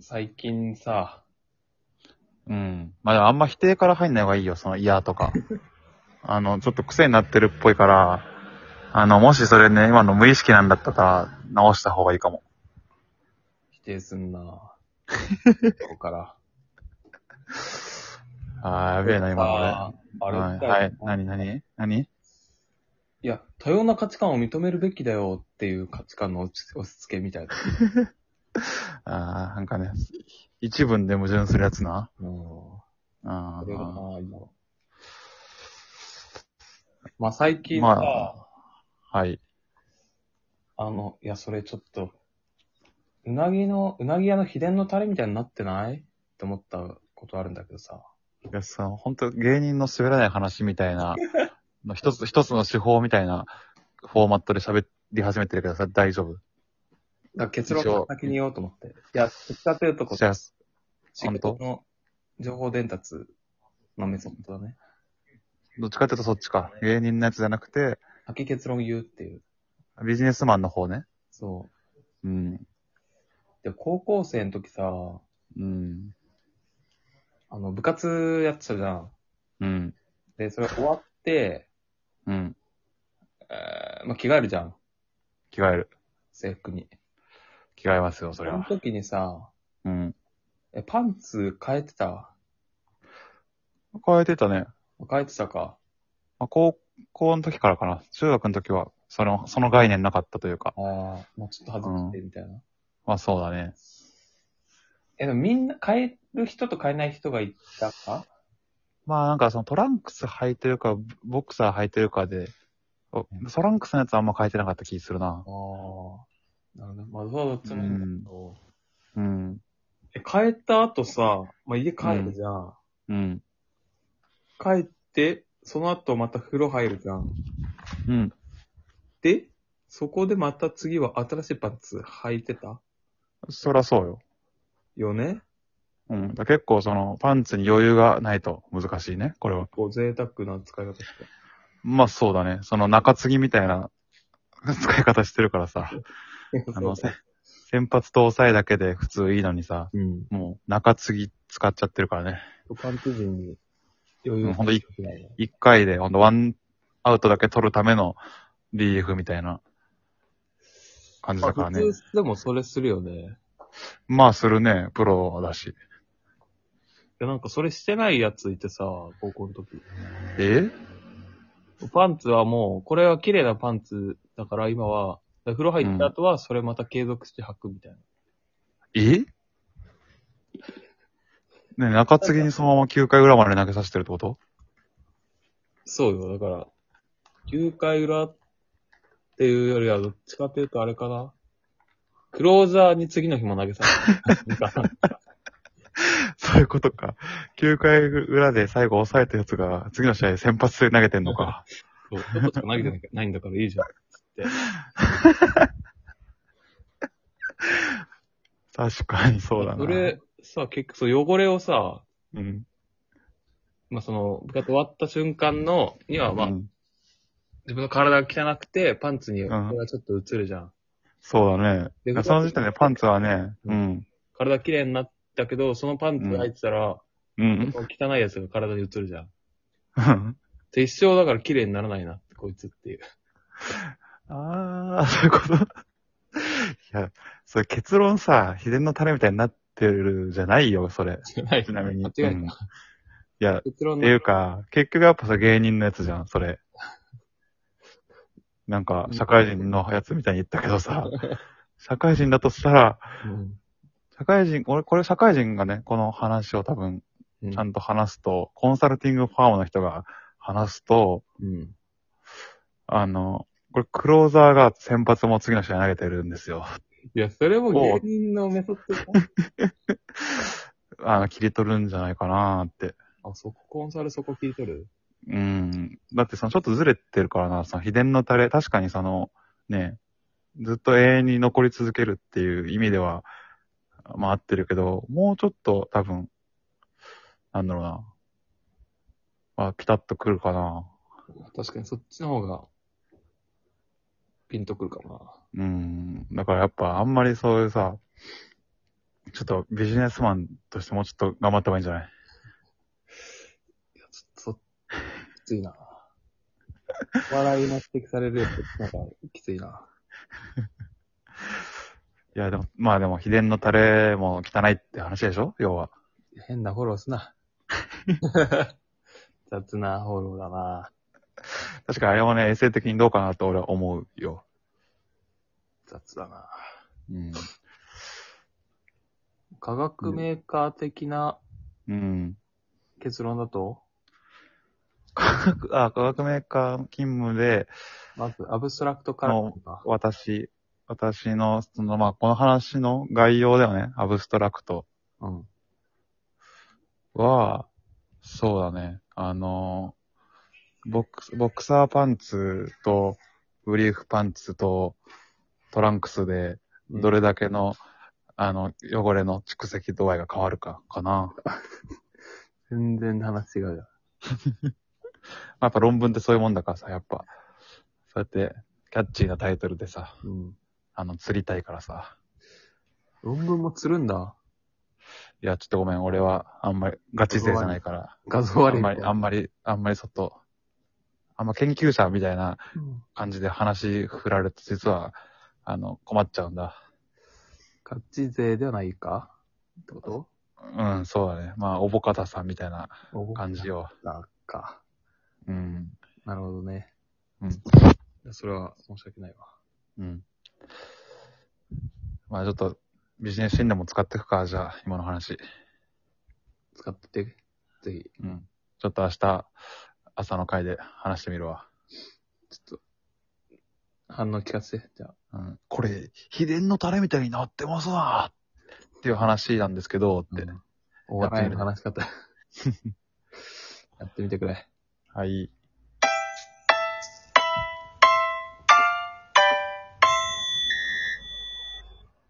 最近さ、うん。まあ、でもあんま否定から入んない方がいいよ、その嫌と か。あの、ちょっと癖になってるっぽいから、あの、もしそれね、今の無意識なんだったら、直した方がいいかも。否定すんなここから。あー、やべえな、今のあーあ俺。れはい、だよはい。何、何何いや、多様な価値観を認めるべきだよっていう価値観の押し押し付けみたいな。あー、なんかね、一文で矛盾するやつな。うん。あそれがなー、今のまあ、最近さ、まはい。あの、いや、それちょっと、うなぎの、うなぎ屋の秘伝のタレみたいになってないって思ったことあるんだけどさ。いや、その、ほんと芸人の滑らない話みたいな、 の一つ、一つの手法みたいな、フォーマットで喋り始めてるけどさ、大丈夫だから結論を先に言おうと思って。いや、どっちかというとこう、じゃあ、仕事の情報伝達のメソッドだね。どっちかっていうとそっちか。芸人のやつじゃなくて、先結論言うっていう。ビジネスマンの方ね。そうん。う。で、高校生の時さ、うん。あの、部活やってたじゃん。うん。で、それ終わって、うん。えー、まあ、着替えるじゃん。着替える。制服に。着替えますよ、そそりのゃ。時にさ、うん。え、パンツ変えてた変えてたね。変えてたか。まあ、高校の時からかな。中学の時は、その、その概念なかったというか。ああ、もうちょっと外してみたいな。まあそうだね。え、でもみんな変える人と変えない人がいたかまあなんかそのトランクス履いてるか、ボクサー履いてるかで、おトランクスのやつあんま変えてなかった気するなああ。。なるほど。まあ、そうだつもいいんだけど。うん。え、変えた後さ、まあ、家帰るじゃん。うん。帰って、その後また風呂入るじゃん。うん。で、そこでまた次は新しいパンツ履いてたそりゃそうよ。よねうん。だから結構その、パンツに余裕がないと難しいね、これは。こう贅沢な使い方して。まあそうだね。その中継ぎみたいな 使い方してるからさ。あの、そせう先発と抑えだけで普通いいのにさ、 うん。もう中継ぎ使っちゃってるからね。パンツ陣に余裕うんほんといないね一回で、ほんとワンアウトだけ取るためのリリーフみたいな感じだからねまあ。普通でもそれするよね。いまあするね、プロだし。や、なんかそれしてないやついてさ、高校の時。えパンツはもう、これは綺麗なパンツだから今は、だから風呂入った後はそれまた継続して履くみたいな。えね中継ぎにそのまま9回裏まで投げさせてるってことそうよ、だから、9回裏っていうよりは、どっちかというとあれかな。クローザーに次の日も投げさ せる。そういうことか。9回裏で最後抑えたやつが、次の試合先発で投げてんのか。そう、ちょっとしか投げてないんだからいいじゃん。確かにそうだな。れ、さ、結局そう、汚れをさ、うん。まあ、その、部活終わった瞬間の、には、まあう、ん自分の体が汚くて、パンツに、これんはちょっと映るじゃん。そうだでね。その時点でパンツはね、ううん。体綺麗になったけど、そのパンツが入ってたら、うん。汚いやつが体に映るじゃん。あで、一生だから綺麗にならないなって、こいつっていう。 あー、そういうこと。いや、それ結論さ、秘伝のタレみたいになってるじゃないよ、それ。じゃない ちなみに。間違えたうんいや、っ結論てのいうか、結局やっぱさ、芸人のやつじゃん、それ。なんか、社会人のやつみたいに言ったけどさ、社会人だとしたら、うん社会人、俺、これ社会人がね、この話を多分、うんちゃんと話すと、コンサルティングファームの人が話すと、うん。あの、これクローザーが先発も次の試合投げてるんですよ。 いや、それも芸人のメソッドだあの、切り取るんじゃないかなーって。あ、そこコンサルそこ聞いとるうん。だってそのちょっとずれてるからな、その秘伝のタレ、確かにその、ね、ずっと永遠に残り続けるっていう意味では、まあ合ってるけど、もうちょっと多分、なんだろうな。まあ、ピタッとくるかな。確かにそっちの方が、ピンとくるかもうん。だからやっぱあんまりそういうさ、ちょっとビジネスマンとしてもうちょっと頑張った方がいいんじゃないいや、ちょっと、きついな。笑いの指摘されるやつ、なんか、きついな。いや、でも、まあでも、秘伝のタレも汚いって話でしょ要は。変なフォローすな。 雑なフォローだな。確かにあれもね、衛生的にどうかなと俺は思うよ。雑だな。うん。化学メーカー的なうん。結論だと、化学あ、化学メーカー勤務で、まず、アブストラクトカラーとか。私、私の、その、まあ、この話の概要だよね。アブストラクトうん。は、そうだね。あの、ボクス、ボクサーパンツと、ブリーフパンツと、トランクスで、どれだけの、あの、汚れの蓄積度合いが変わるか、かな。全然話違うじゃん。まあやっぱ論文ってそういうもんだからさ、やっぱ、そうやって、キャッチーなタイトルでさ、うん。あの、釣りたいからさ。論文も釣るんだ。いや、ちょっとごめん、俺は、あんまり、ガチ勢じゃないから。画像あ悪いんまり、ああんまり、あんまり外、あんま研究者みたいな感じで話振られて、実は、あの、困っちゃうんだ。ガチ勢ではないかってことうん、そうだね。まあ、おぼかたさんみたいな感じよ。を。だか。うん。なるほどね。うん。それは申し訳ないわ。うん。まあ、ちょっと、ビジネス診断も使っていくか、じゃあ、今の話。使ってて、ぜひ、うん。ちょっと明日、朝の会で話してみるわ。ちょっと、反応聞かせて。じゃあ、うん。これ、秘伝のタレみたいになってますわっていう話なんですけど、って。 うんお笑いの話し方。やってみてくれ。はい。